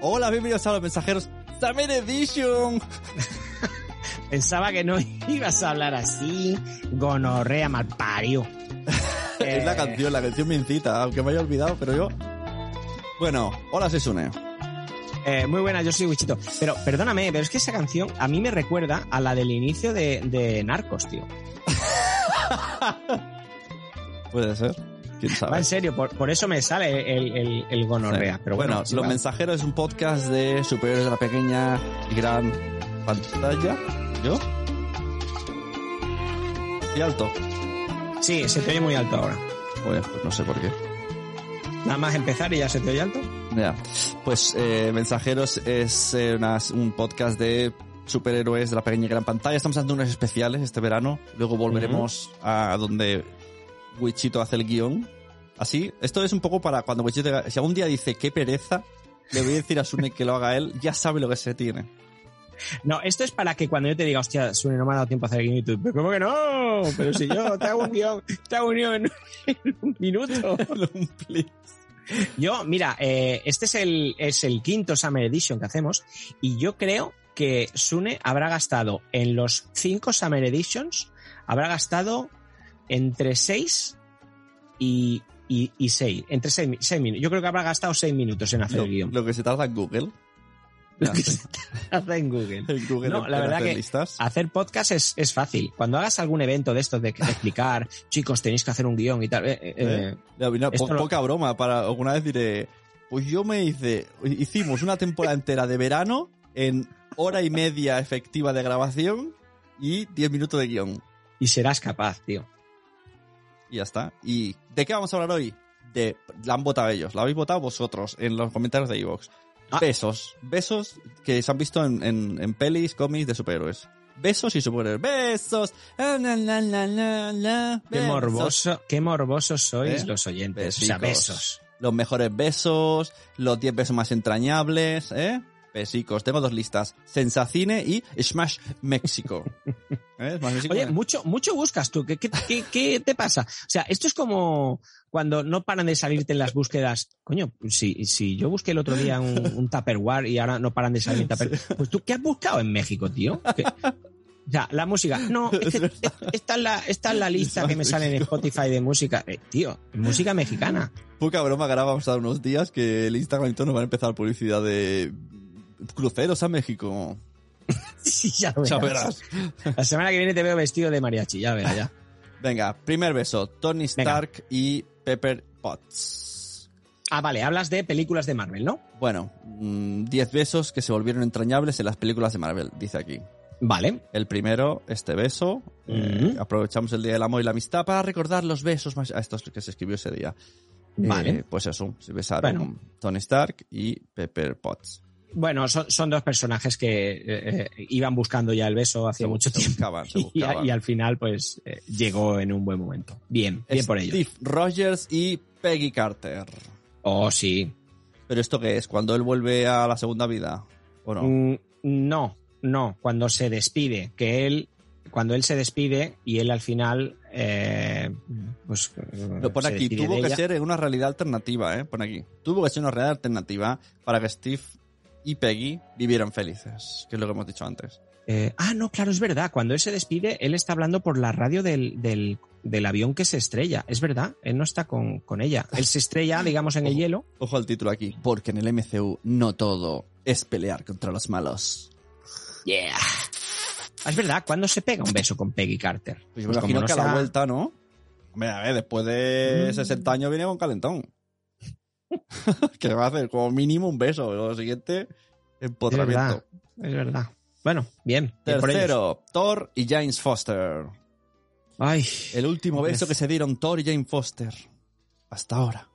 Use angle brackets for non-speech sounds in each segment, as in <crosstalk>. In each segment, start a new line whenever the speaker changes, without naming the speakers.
Hola, bienvenidos a los mensajeros Summer Edition.
Pensaba que no <laughs> ibas a hablar así, gonorrea mal parió.
<laughs> Es
Eh.
la canción, la canción me incita, aunque me haya olvidado, pero yo. Bueno, hola Sesune.
Eh, muy buena, yo soy Wichito. Pero perdóname, pero es que esa canción a mí me recuerda a la del inicio de, de Narcos, tío.
Puede ser. Quién
Va
sabe.
en serio, por, por eso me sale el, el- el gonorrea.
Sí.
Pero bueno,
Los
sí, va.
Mensajeros es un podcast de superiores de la pequeña y gran pantalla. ¿Yo? Y alto.
sí, se te oye muy alto ahora.
Bueno, pues no sé por qué.
Nada más empezar y ya se te oye alto.
Ya. Pues eh, Mensajeros es eh, unas- un podcast de superhéroes de la pequeña y gran pantalla. Estamos haciendo unos especiales este verano. Luego volveremos a donde Wichito hace el guión. Así, esto es un poco para cuando Wichito, si algún día dice qué pereza, le voy a decir a Sune que lo haga él, ya sabe lo que se tiene.
No, esto es para que cuando yo te diga, hostia, Sune, no me ha dado tiempo a hacer el guión, y tú, pero ¿cómo que no? Pero si yo te hago un guión, te hago un guión en, en un minuto. Yo, mira, eh, este es el, es el quinto Summer Edition que hacemos y yo creo que Sune habrá gastado en los cinco Summer Editions, habrá gastado entre seis y, y, y seis, entre seis, mi- seis minutos. Yo creo que habrá gastado seis minutos en hacer
Lo,
el guión.
lo que se tarda en Google.
<laughs> Lo que se hace en Google.
En Google
No,
en-
la
en
verdad
hacer
que-
listas.
Hacer podcast es, es fácil. Cuando hagas algún evento de estos de,
<laughs>
de explicar, chicos, tenéis que hacer un guión y tal. eh, eh, eh,
Ya, mira, po-
esto lo-
Poca broma, para alguna vez diré, pues yo me hice, hicimos una temporada entera de verano en hora y media efectiva de grabación y 10 minutos de guión.
y serás capaz, tío.
Y ya está. ¿Y de qué vamos a hablar hoy? De, la han votado ellos, la habéis votado vosotros en los comentarios de Evox.
Ah.
Besos, besos que se han visto en, en- en pelis, cómics de superhéroes. Besos y superhéroes. Besos. Ah, la, la, la, la, la.
Qué
Besos.
morboso, qué morbosos sois
¿Eh?
los oyentes. O sea,
Besicos.
besos.
los mejores besos, los 10 besos más entrañables, ¿eh? Besicos, tengo dos listas, Sensacine y Smash
<laughs>
México. ¿Eh? Smash México.
Oye, mucho, mucho buscas tú. ¿Qué, qué, qué- qué te pasa? O sea, esto es como cuando no paran de salirte en las búsquedas. Coño, pues si, si yo busqué el otro día un, un Tupperware y ahora no paran de salir Tupperware. Pues tú, ¿qué has buscado en México, tío? ¿Qué- O sea, la música. No, es <laughs> que esta es la, esta es la lista que me sale en Spotify de música. Eh, tío, música mexicana.
Poca broma, que ahora vamos a dar unos días que el Instagram y todo nos van a empezar publicidad de cruceros a México.
<laughs> Sí, ya
Ya
verás.
verás.
La semana que viene te veo vestido de mariachi, ya verás, ya.
Venga, primer beso, Tony
Venga.
Stark y Pepper Potts.
Ah, vale, hablas de películas de Marvel, ¿no?
Bueno, mm, 10 besos que se volvieron entrañables en las películas de Marvel, dice aquí.
Vale.
El primero, este beso. Eh,
Mm.
aprovechamos el Día del Amor y la Amistad para recordar los besos más... A estos que se escribió ese día.
Vale.
Eh, pues eso, se besaron
Bueno.
Tony Stark y Pepper Potts.
Bueno, son, son dos personajes que eh, eh, iban buscando ya el beso hace
Se bu-
mucho
se
tiempo.
buscaban, se
<laughs> Y, a-
buscaban.
y al final, pues, eh, llegó en un buen momento. Bien, bien por ello.
Steve Rogers y Peggy Carter.
Oh, sí.
¿Pero esto qué es? ¿Cuando él vuelve a la segunda vida? ¿O no?
Mm, No. no, Cuando se despide, que él, cuando él se despide y él al final, eh, pues.
Lo pone aquí, tuvo que ser en una realidad alternativa, ¿eh? Pone aquí, tuvo que ser una realidad alternativa para que Steve y Peggy vivieran felices, que es lo que hemos dicho antes.
ah, no, claro, es verdad. Cuando él se despide, él está hablando por la radio del, del, del avión que se estrella. Es verdad, él no está con, con ella. Él se estrella, digamos, en el
Ojo.
hielo.
Ojo al título aquí, porque en el MCU no todo es pelear contra los malos.
Yeah. Ah, Es verdad, ¿cuándo se pega un beso con Peggy Carter?
Pues yo me
Pues como
imagino
no
que a la
sea-
vuelta, ¿no? Hombre, a ver, después de
Mm.
60 años viene con calentón. <laughs> que va a hacer como mínimo un beso, lo siguiente,
Es verdad,
empotramiento.
es verdad. Bueno, bien. bien por ellos.
Tercero, Thor y James Foster.
Ay,
El último
Hombre.
beso que se dieron Thor y Jane Foster. Hasta ahora.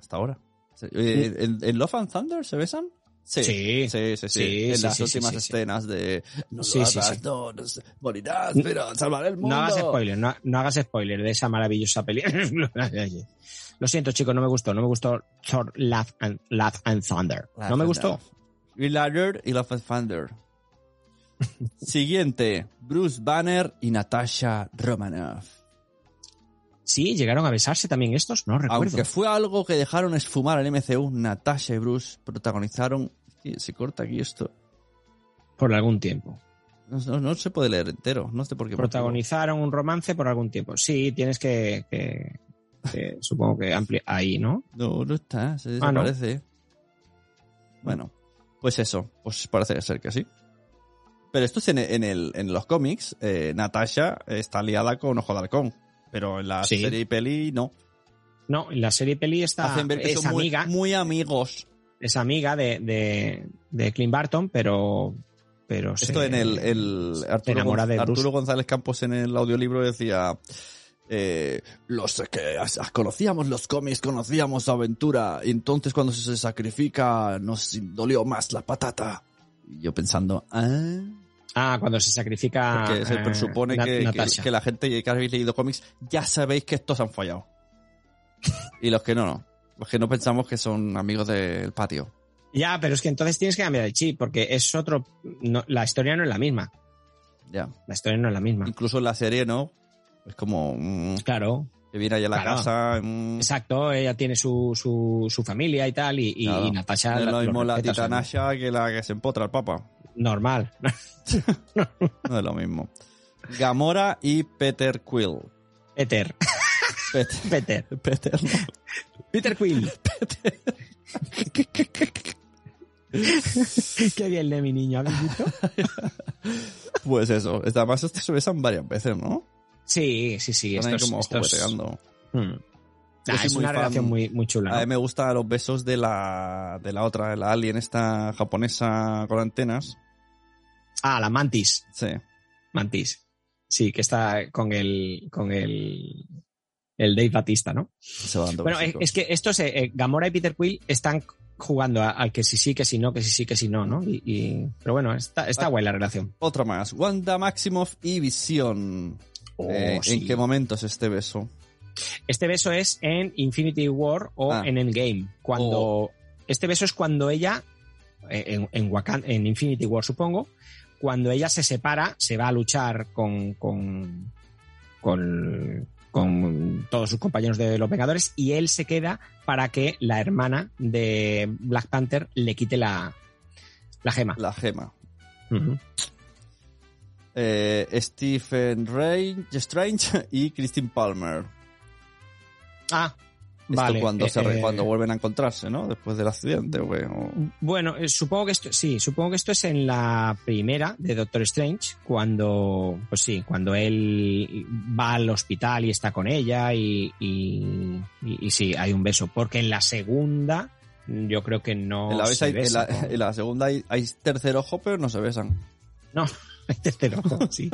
Hasta ahora. Se- eh, ¿En, en Love and Thunder se besan? Sí.
Sí.
sí, sí. sí.
Sí,
en
sí,
las
sí,
últimas
sí, sí, sí.
escenas de. No
Sí,
lo
sí,
hagas,
sí.
no, no sé, morirás, pero salvaré el mundo.
no hagas spoiler, no, no hagas spoiler de esa maravillosa película. <laughs> Lo siento, chicos, no me gustó. No me gustó Thor Love and, Love and Thunder.
Love
no me
and
gustó.
Love. Y Lager y Love and <laughs> Thunder. Siguiente. Bruce Banner y Natasha Romanoff.
Sí, llegaron a besarse también estos, no recuerdo.
Aunque fue algo que dejaron esfumar al MCU, Natasha y Bruce protagonizaron aquí, se corta aquí esto.
por algún tiempo.
No, no- no se puede leer entero, no sé por qué.
Protagonizaron un romance por algún tiempo. Sí, tienes que, que- que supongo que ampliar ahí, ¿no?
No, no está, se
Ah, ¿no?
desaparece. Bueno, pues eso, pues parece ser que sí. Pero esto es en, en el, en los cómics, eh, Natasha está liada con Ojo de Halcón, pero en la
Sí.
serie y peli no.
No, en la serie peli está
Hacen ver que
Ah, es
son muy,
amiga,
muy amigos.
es amiga de, de, de Clint Barton, pero pero
Esto
se-
en el, el
se
Arturo,
enamora
Gonz-
de Bruce.
Arturo González Campos en el audiolibro decía eh, los que as- as- conocíamos los cómics, conocíamos aventura, y entonces cuando se sacrifica nos dolió más la patata. Y yo pensando, ah,
Ah, cuando se sacrifica
porque se
eh,
presupone
Na-
que, que-
Natasha.
que la gente que habéis leído cómics ya sabéis que estos han fallado. y los que no, no. Los que no pensamos que son amigos del patio.
Ya, pero es que entonces tienes que cambiar el chip porque es otro no- la historia no es la misma.
Ya.
La historia no es la misma.
Incluso en la serie, ¿no? Es como mm,
Claro,
que viene allá a la
Claro.
casa. mm,
exacto, ella tiene su, su, su familia y tal, y, y-
Claro.
y Natasha
No es lo
lo
mismo la
respeta, o sea,
titanasha que la que se empotra el papa.
Normal.
No es lo mismo. Gamora y Peter Quill.
Peter,
Peter.
<laughs> Peter,
Peter. no.
Peter Quill. Qué bien de mi niño, ¿habéis visto?
Pues eso. Además, estos se besan varias veces, ¿no?
Sí, sí, sí.
Están ahí
Estos,
como
estos-
jugueteando.
Mm.
Yo
Ah,
soy
es
muy
una
fan-
relación muy, muy chula.
A mí
¿no?
me gustan los besos de la, de la otra, de la alien esta japonesa con antenas.
Ah, la mantis.
Sí.
Mantis. Sí, que está con el. con el. el Dave Batista, ¿no?
Se va dando
Bueno, es,
besitos.
es que estos, eh, eh, Gamora y Peter Quill están jugando a- al que sí sí, que sí no, que sí sí, que sí no, ¿no? Y, y- pero bueno, está, está guay la relación.
Otra más. Wanda Maximoff y Visión. Eh,
Oh, sí.
¿En qué momento es este beso?
Este beso es en Infinity War o
Ah. Oh.
en Endgame. Cuando. Este beso es cuando ella. eh, En, en, Wakan- en Infinity War, supongo. Cuando ella se separa, se va a luchar con. con. con, con todos sus compañeros de los Vengadores. Y él se queda para que la hermana de Black Panther le quite la. la gema.
La gema.
Ujú.
eh, Stephen Ray- Strange y Christine Palmer.
Ah,
Esto
vale.
cuando,
eh,
se re-
eh,
cuando vuelven a encontrarse, ¿no? Después del accidente, güey. o-
Bueno, eh, supongo que esto, sí, supongo que esto es en la primera de Doctor Strange, cuando, pues sí, cuando él va al hospital y está con ella y, y, y- y sí, hay un beso. Porque en la segunda, yo creo que no.
en, la vez
se
hay- en
besa,
la-
¿no? <laughs>
en la segunda hay, hay tercer ojo, pero no se besan.
Hay tercer ojo, sí.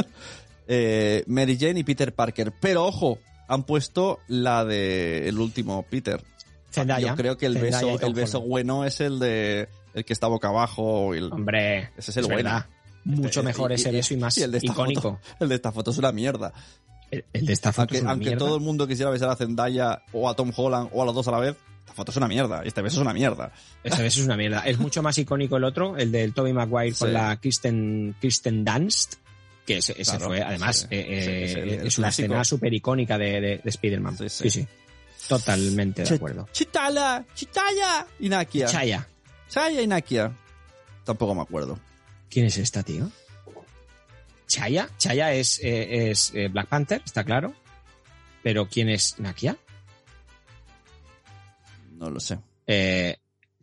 Eh, Mary Jane y Peter Parker. Pero ojo, han puesto la de el último Peter.
Zendaya.
Yo creo que el
Zendaya y
beso,
Tom
el beso
Holland.
bueno es el de el que está boca abajo. el-
Hombre,
ese es
es
el bueno.
verdad. Mucho
Este-
mejor
y-
ese
y-
beso y más
y el de esta
icónico.
<laughs> El de esta foto es una mierda.
El, el de esta foto
Aunque,
es una
aunque
mierda.
todo el mundo quisiera besar a Zendaya o a Tom Holland o a los dos a la vez, esta foto es una mierda. Este beso es una mierda.
Ese beso es una mierda. Es mucho más icónico el otro, el del Toby Maguire
Sí.
con la Kristen, Kristen Dunst, que ese, ese
Claro,
fue, además,
sí.
eh,
Sí, es
eh,
el- el
es una
clásico.
escena súper icónica de, de, de Spider-Man.
Sí,
Sí
sí.
sí. Totalmente
Ch-
de acuerdo.
Chitala, Chitaya, Inakia.
Chaya.
Chaya, Inakia. Tampoco me acuerdo.
¿Quién es esta, tío? Chaya. Chaya es, eh, es eh, Black Panther, está claro. Pero ¿quién es Nakia?
No lo sé.
Eh,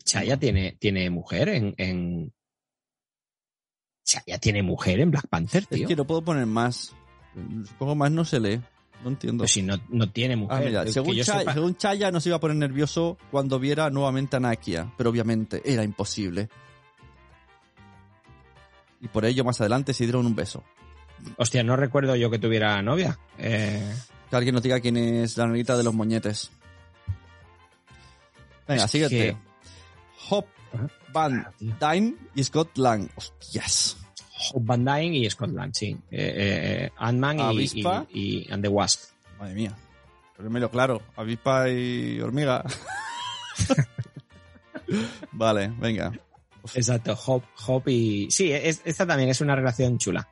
Chaya tiene, tiene mujer en, en. Chaya tiene mujer en Black Panther, tío.
Es que no puedo poner más. Supongo más no se lee. No entiendo.
Pero Pues si no, no tiene mujer.
Ah, mira,
que
según,
yo
Chay-
sepa-
según Chaya nos iba a poner nervioso cuando viera nuevamente a Nakia, pero obviamente era imposible. Y por ello más adelante se dieron un beso.
Hostia, no recuerdo yo que tuviera novia. Eh,
Que alguien nos diga quién es la nenita de los moñetes. Venga,
Es
siguiente.
que-
Hop
Ah,
Van
tío.
Dyne y Scott Lang. Hostias.
Hope Van Dyne y Scotland, sí. Eh, eh, eh, Ant-Man y, y,
Avispa.
y- and the Wasp.
Madre mía. Primero, claro, avispa y
<laughs>
hormiga. vale, venga.
Exacto, Hope, Hope y... Sí, es- esta también es una relación chula.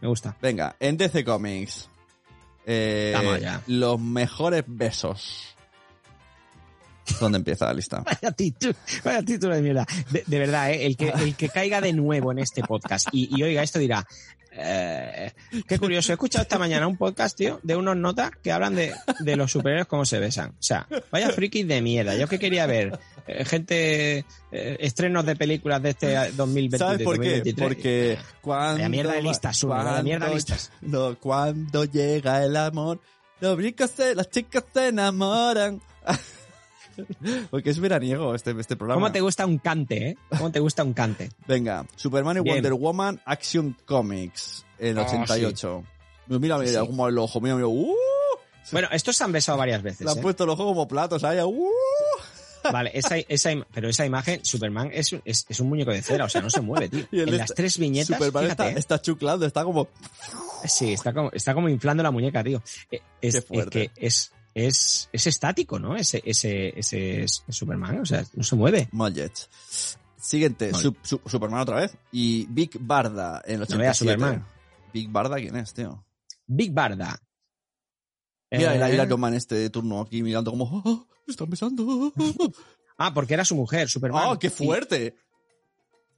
Me gusta.
Venga, en DC Comics. eh,
Vamos allá.
los mejores besos. dónde empieza la
<laughs>
lista.
Vaya título, vaya título de mierda. De, de verdad, ¿eh? el, que, el que caiga de nuevo en este podcast y, y oiga esto dirá, eh, qué curioso, he escuchado esta mañana un podcast, tío, de unos notas que hablan de, de los superhéroes cómo se besan. O sea, vaya frikis de mierda. Yo que quería ver eh, gente, eh, estrenos de películas de este 2020.
¿Sabes por qué? Porque cuando...
La mierda de
va-
listas, uno, vaya mierda de listas.
No, cuando llega el amor, los ricos se- las chicas se enamoran. <laughs> Porque es veraniego este, este programa.
¿Cómo te gusta un cante, eh? ¿Cómo te gusta
<laughs>
un cante?
Venga, Superman y
Bien.
Wonder Woman Action Comics, el
Ah,
88. Mira, mira,
Sí.
como el ojo, mira, mira, ¡uh!
Bueno, estos se han besado varias veces.
Le han
¿eh?
puesto el ojo como platos ahí, ¡uh!
Vale, esa, esa, im- pero esa imagen, Superman es, un- es, es un muñeco de cera, o sea, no se mueve, tío.
<laughs> Y él
En
está-
las tres viñetas,
Superman
fíjate,
está,
¿eh?
está chuclando, está como...
Sí, está como, está como inflando la muñeca, tío. Eh, Es,
Qué
es
fuerte.
que es, es, es estático, ¿no? Ese, ese, ese es- es Superman, o sea, no se mueve.
Mollet. Siguiente,
Vale.
Sup- Sup- Superman otra vez. Y Big Barda en el
No veas
87.
Superman.
Big Barda, ¿quién es, tío?
Big Barda.
Mira,
Eh,
el Iron Man este de turno aquí mirando como... ¡Oh, oh, me están besando!
<laughs>
¡Oh, oh, oh".
Ah, porque era su mujer, Superman.
¡Oh, qué fuerte!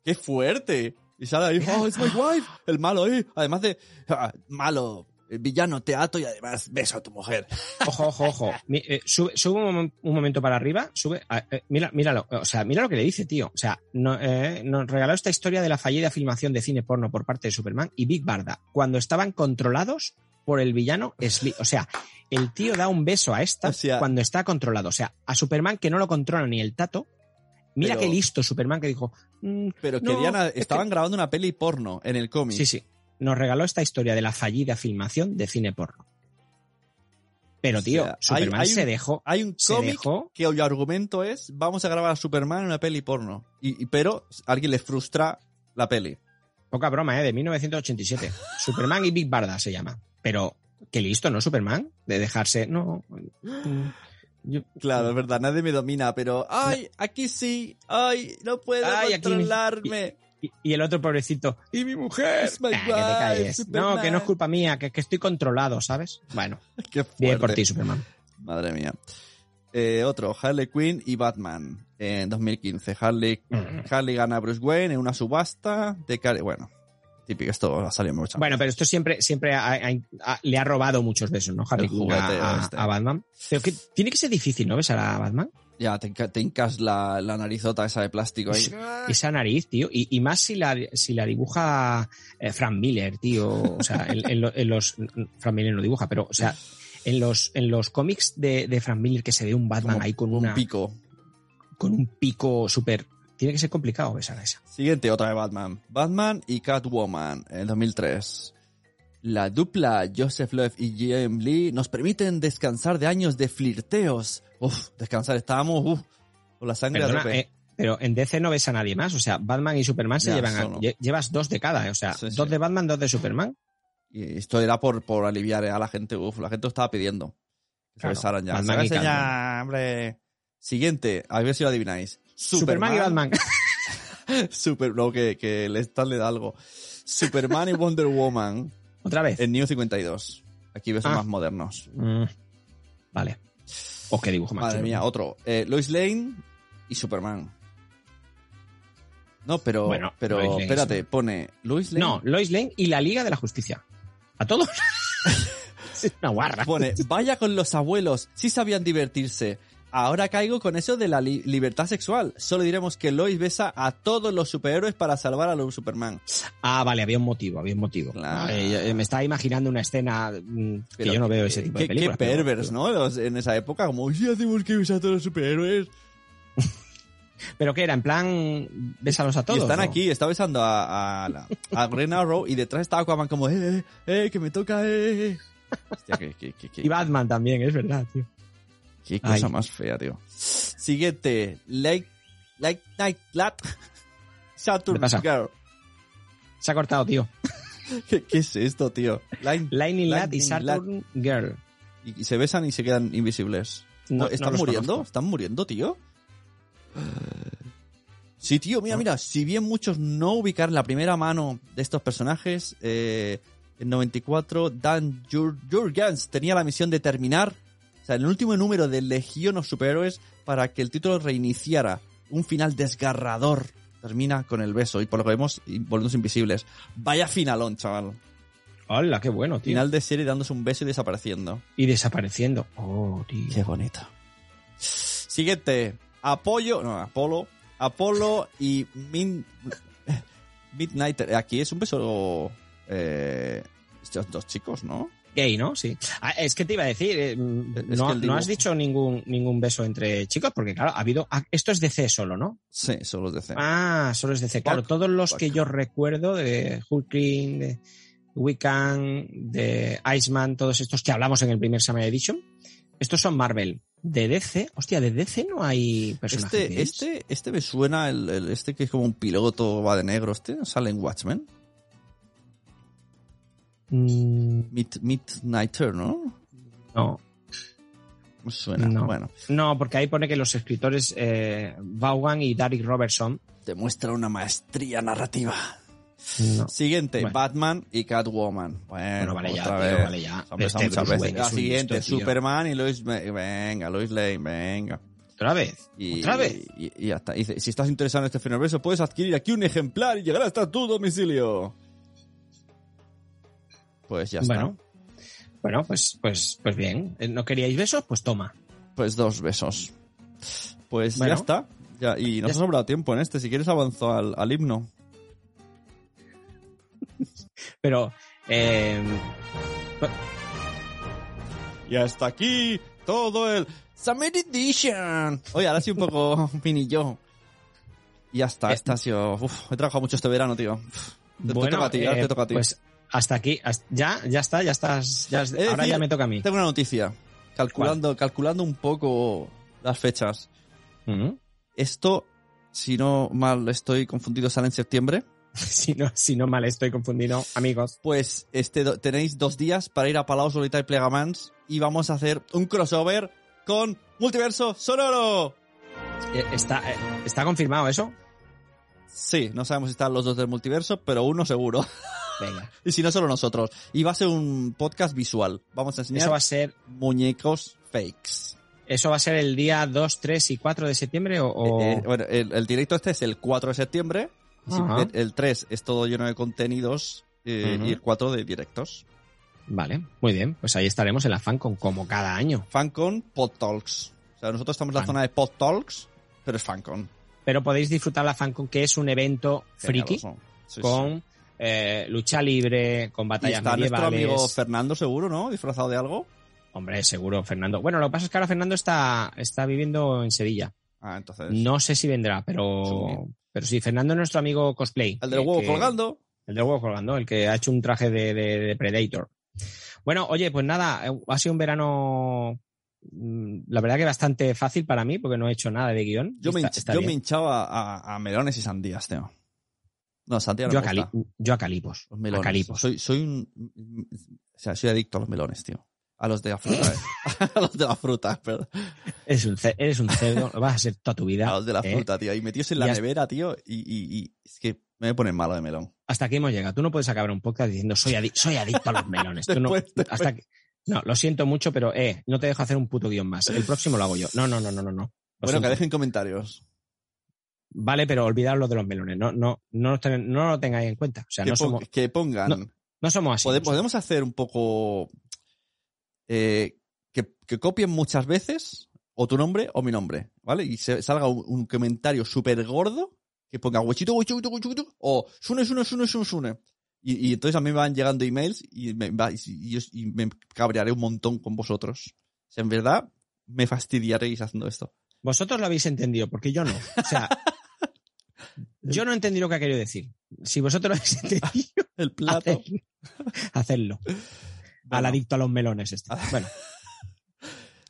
¡Qué fuerte! Y sale ahí, ¡oh, it's my wife! El malo ahí, además de... ah, malo, el villano, te ato y además beso a tu mujer.
Y- ojo, ojo, ojo. Mi- eh, sube sube un, mom- un momento para arriba, sube. ah, eh, mira, míralo. O sea, mira lo que le dice, tío. O sea, no, eh, nos regaló esta historia de la fallida filmación de cine porno por parte de Superman y Big Barda, cuando estaban controlados por el villano Sli- O sea, el tío da un beso a esta
O sea-
cuando está controlado. O sea, a Superman que no lo controla ni el tato. Mira
Pero-
qué listo Superman que dijo. "Mm,
Pero
No,
querían... a-
es que-
estaban grabando una peli porno en el cómic.
Sí, sí. Nos regaló esta historia de la fallida filmación de cine porno. Pero,
O
tío,
sea, hay-
Superman
hay un-
se dejó.
Hay un
Se
cómic
dejó.
que el argumento es vamos a grabar a Superman en una peli porno. Y, y- pero a alguien le frustra la peli.
Poca broma, ¿eh?
<laughs>
De 1987. Superman y Big Barda se llama. Pero, qué listo, ¿no, Superman? De
<gasps>
dejarse. No. mm, yo-
Claro, es verdad, nadie me domina, pero ¡ay, aquí sí! ¡ay, no puedo
Ay, aquí me-
controlarme!
y, y el otro pobrecito. ¡Y mi mujer!
Es my
Ah, que te
wife,
calles. No,
Superman.
que no es culpa mía, que, que estoy controlado, ¿sabes? Bueno,
¡Qué
bien por
fuerte.
ti, Superman.
Madre mía. Eh, otro, Harley Quinn y Batman en 2015. Harley,
Mm.
Harley gana a Bruce Wayne en una subasta de... Car- Bueno, típico, esto ha salido mucho.
Bueno, pero esto siempre, siempre ha- ha- ha- le ha robado muchos besos, ¿no? Harley
El
Quinn a,
juguete
a-
este.
a Batman. Pero que tiene que ser difícil, ¿no? Besar a Batman.
Ya, te, enca- te hincas la, la narizota esa de plástico ahí.
Esa nariz, tío. Y, y más si la, si la dibuja eh, Frank Miller, tío. O sea, en, en lo- en los. Frank Miller no dibuja, pero, o sea, en los, en los cómics de, de Frank Miller que se ve un Batman
Como
ahí con,
un
una,
pico.
con un pico súper. Tiene que ser complicado besar a esa.
Siguiente, otra de Batman. Batman y Catwoman, en 2003. La dupla Joseph Love y Jim Lee nos permiten descansar de años de flirteos. Uf, descansar, estábamos uf, con la sangre a
Perdona,
tope.
eh, pero en DC no ves a nadie más. O sea, Batman y Superman se
Ya,
llevan. a-
solo.
lle- llevas dos de cada. eh. O sea,
Sí, sí.
dos de Batman, dos de Superman.
Y esto era por, por aliviar a la gente. Uf, la gente lo estaba pidiendo. Que
Claro,
se besaran ya.
Batman
Se
y
besan
Catwoman.
ya, hombre. Siguiente, a ver si lo adivináis.
Superman, y Batman.
<laughs> Super, no, que, que el Stan le da algo. Superman y Wonder Woman
Otra vez.
en New 52. Aquí besos
Ah.
más modernos.
Mm, vale. O qué dibujo más
Madre
chulo.
mía, otro. Eh, Lois Lane y Superman. No, pero,
Bueno,
pero
Lois Lane y
espérate,
Superman.
pone Lois Lane.
No, Lois Lane y la Liga de la Justicia. A todos. <laughs> es una guarra.
Pone, vaya con los abuelos, sí sabían divertirse. Ahora caigo con eso de la li- libertad sexual. Solo diremos que Lois besa a todos los superhéroes para salvar a los Superman.
Ah, vale, había un motivo, había un motivo.
Claro.
Eh, eh, me estaba imaginando una escena mm, que
Pero
yo no
qué-
veo ese tipo
qué,
de películas.
Qué
pero-
pervers, ¿no? Los- en esa época, como, sí hacemos que besa a todos los superhéroes.
Pero que era, en plan, bésalos a todos.
y están
¿no?
aquí, está besando a, a, la- a Green Arrow y detrás está Aquaman como, eh, eh, eh, que me toca, eh. eh". Hostia, que, que, que, que-
Y Batman también, es verdad, tío.
Qué cosa
Ay.
más fea, tío. Siguiente. Late, late Night Lat. Saturn
¿Qué pasa?
Girl.
Se ha cortado, tío.
¿Qué, qué es esto, tío? Line-
Lightning Lad y
Lightning
Saturn Girl.
y, y se besan y se quedan invisibles.
No-
Oh, ¿Están
no los
muriendo?
conozco.
¿Están muriendo, tío? Sí, tío, mira,
No.
mira. Si bien muchos no ubicar la primera mano de estos personajes, eh, en 94 Dan Jur- Jurgens tenía la misión de terminar O sea, en el último número de Legión of Superhéroes para que el título reiniciara. Un final desgarrador. Termina con el beso y por lo que vemos, y volviéndose invisibles. Vaya finalón, chaval.
¡Hala, qué bueno, tío!
Final de serie dándose un beso y desapareciendo.
Y desapareciendo. Oh, tío.
Qué bonito. Siguiente. Apollo. No, Apolo. Apolo y Min, Midnight. Aquí es un beso. Eh, estos dos chicos, ¿no?
Gay, ¿no? Sí. Ah, es que te iba a decir, eh, no,
dibujo-
no has dicho ningún, ningún beso entre chicos, porque claro, ha habido. ah, esto es DC solo, ¿no?
Sí, son los de C.
Ah, solo es DC. Claro,
Hulk,
todos los
Hulk.
que yo recuerdo de Hulkling, de Wiccan, de Iceman, todos estos que hablamos en el primer Summer Edition, estos son Marvel. De DC, hostia, de DC no hay personajes.
Este,
gays.
este, este me suena, el, el- este que es como un piloto, va de negro. Este no sale en Watchmen.
Mm,
Mid, Midnighter, ¿no?
no,
Me suena.
No.
Bueno,
no, porque ahí pone que los escritores eh, Vaughan y Derek Robertson.
demuestra una maestría narrativa.
No.
Siguiente,
Bueno.
Batman y Catwoman. Bueno,
Bueno, vale ya,
otra
tío,
vez.
vale ya.
Se ha empezado
Este
muchas
Bruce
veces.
Wayne
La
es un
pues, siguiente,
listo, tío.
Superman y Lois Lane. Venga, Lois Lane, venga.
Otra vez.
Y,
Otra vez.
Y, y ya está. Dice, si estás interesado en este fenoverso, puedes adquirir aquí un ejemplar y llegar hasta tu domicilio. Pues ya
Bueno. Bueno, pues, pues, pues bien. Eh, ¿No queríais besos? Pues toma.
está. Pues dos besos. Pues
Bueno.
ya está. Ya, y nos
Ya
ha sobrado tiempo en este. Si quieres avanzo al, al himno.
Pero. eh,
Y hasta aquí todo el Summer Edition. Oye, ahora sí un poco <laughs> mini yo. Y ya está,
Eh.
esta ha sido... Uf, he trabajado mucho este verano, tío. Uf, Te, te toca a ti, ahora
eh,
te toca a ti.
Pues hasta aquí, hasta- ya, ya está, ya estás, ya,
de
ahora
decir-
ya me toca a mí.
Tengo una noticia. Calculando, calculando un poco las fechas.
Ujú. <laughs>
Esto, si no mal estoy confundido, sale en septiembre.
si, no, si no mal estoy confundido, amigos.
Pues este, do- tenéis dos días para ir a Palau Solitaire y Plegamans y vamos a hacer un crossover con Multiverso Sonoro.
Eh, Está, eh, está confirmado eso.
Sí, no sabemos si están los dos del multiverso, pero uno seguro.
Venga,
Y si no, solo nosotros. Y va a ser un podcast visual. Vamos a enseñar
eso va a ser,
muñecos fakes.
eso va a ser el día 2, 3 y 4 de septiembre o, o-
Eh, eh, bueno, el, el directo este es el 4 de septiembre. Y si-
Ajá.
el, el 3 es todo lleno de contenidos eh,
Ujú.
y el 4 de directos.
vale, muy bien, pues ahí estaremos en la FanCon como cada año.
Fancon Pod Talks. O sea, nosotros estamos en la
Fan.
zona de Pod Talks, pero es Fancon.
Pero podéis disfrutar la FanCon que es un evento friki
Genialoso. Sí, sí.
con eh, lucha libre, con
Y
batallas
está nuestro
medievales.
amigo Fernando, seguro, ¿no? Disfrazado de algo.
Hombre, seguro, Fernando. Bueno, lo que pasa es que ahora Fernando está, está viviendo en Sevilla.
Ah, entonces.
No sé si vendrá,
Supongo.
pero, pero sí, Fernando es nuestro amigo cosplay. Eh,
El del
que-
huevo
que-
colgando.
El del huevo colgando, el que ha hecho un traje de, de- de Predator. Bueno, oye, pues nada, eh, ha sido un verano, mm, la verdad que bastante fácil para mí, porque no he hecho nada de guión.
Yo, me,
Está-
hinch-
está
yo
bien.
me hinchaba a, a melones y sandías, tío. No, sandías no
Yo a,
me
cali-
gusta.
yo a calipos.
Los
a
melones.
calipos.
Soy, soy un. O sea, soy adicto a los melones, tío. A los de la fruta,
<laughs>
eh. <laughs> A los de la fruta, perdón.
Eres un, ce- eres un
<laughs>
cerdo, lo vas a ser toda tu
A
vida.
los de la
eh.
fruta, tío. Y metidos en la
Ya-
nevera, tío. Y, y- y es que me ponen malo de melón.
Hasta aquí hemos llegado. Tú no puedes acabar un podcast diciendo soy, adi- soy adicto a los melones. Tú no-
Después- después-
hasta que- no, lo siento mucho, pero eh, no te dejo hacer un puto guión más. El próximo lo hago yo. No, no, no, no, no. no. Lo
Bueno, que
siento.
dejen comentarios.
Vale, pero olvidad lo de los melones. No, no, no, lo ten- no lo tengáis en cuenta. O sea,
que,
no
pon-
somos,
que pongan.
No, no somos así.
Pode- podemos hacer un poco. eh, que, que copien muchas veces o tu nombre o mi nombre, ¿vale? Y se- salga un, un comentario súper gordo que ponga huechito, huechito, huechito, o sune, sune, sune, sune, sune. Y, y entonces a mí me van llegando emails y me, va- y- y os- y me cabrearé un montón con vosotros. O sea, en verdad, me fastidiaréis haciendo esto.
Vosotros lo habéis entendido, porque yo no. O
<laughs>
sea, yo no he entendido lo que ha querido decir. Si vosotros lo habéis entendido, <laughs>
El plato.
hacedlo. Al
Bueno.
adicto a los melones. Este.
Ah.
Bueno,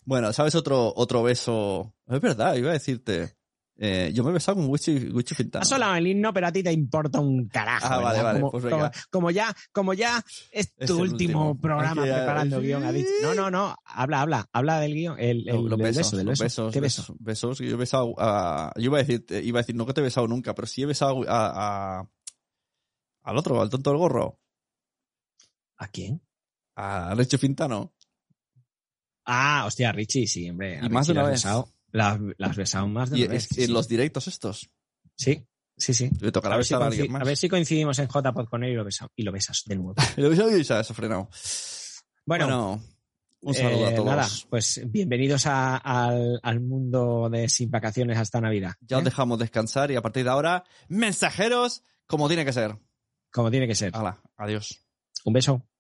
Bueno, ¿sabes otro, otro beso? Es verdad, iba a decirte. eh, yo me he besado con Wichi, Wichi Fintano.
has solado el himno, pero a ti te importa un carajo.
Ah, vale,
¿verdad?
vale,
Como,
pues venga.
como- como ya, como ya es tu
Es el
último,
último.
programa
Hay que-
preparando guión. ha dicho. No, no, no. Habla, habla, habla del guión. El, el-
Los- los
del
besos,
beso, del
los
beso.
besos,
¿Qué beso?
besos, besos. Yo he besado a- yo iba a decir, te- iba a decir, no que te he besado nunca, pero sí he besado a, a- al otro, al tonto del gorro,
¿A quién?
a Leche Fintano.
Ah, hostia, Richie, sí, hombre. a
Y más
Richie
de una
la has
vez.
besado. La, la has besado más de
Y
una vez.
es que
sí.
los directos estos.
Sí, sí, sí.
Le tocará
A ver, si
besar a alguien
coinci-
más.
a ver si coincidimos en J-Pod con él y lo, besamos, y lo besas
<laughs>
de nuevo.
El episodio ya se ha frenado.
Bueno,
un saludo a
eh,
todos.
Nada, pues bienvenidos a- al, al mundo de sin vacaciones hasta Navidad.
Ya os
¿eh?
dejamos descansar y a partir de ahora, mensajeros como tiene que ser. Ah.
Como tiene que ser.
Hala, adiós.
Un beso.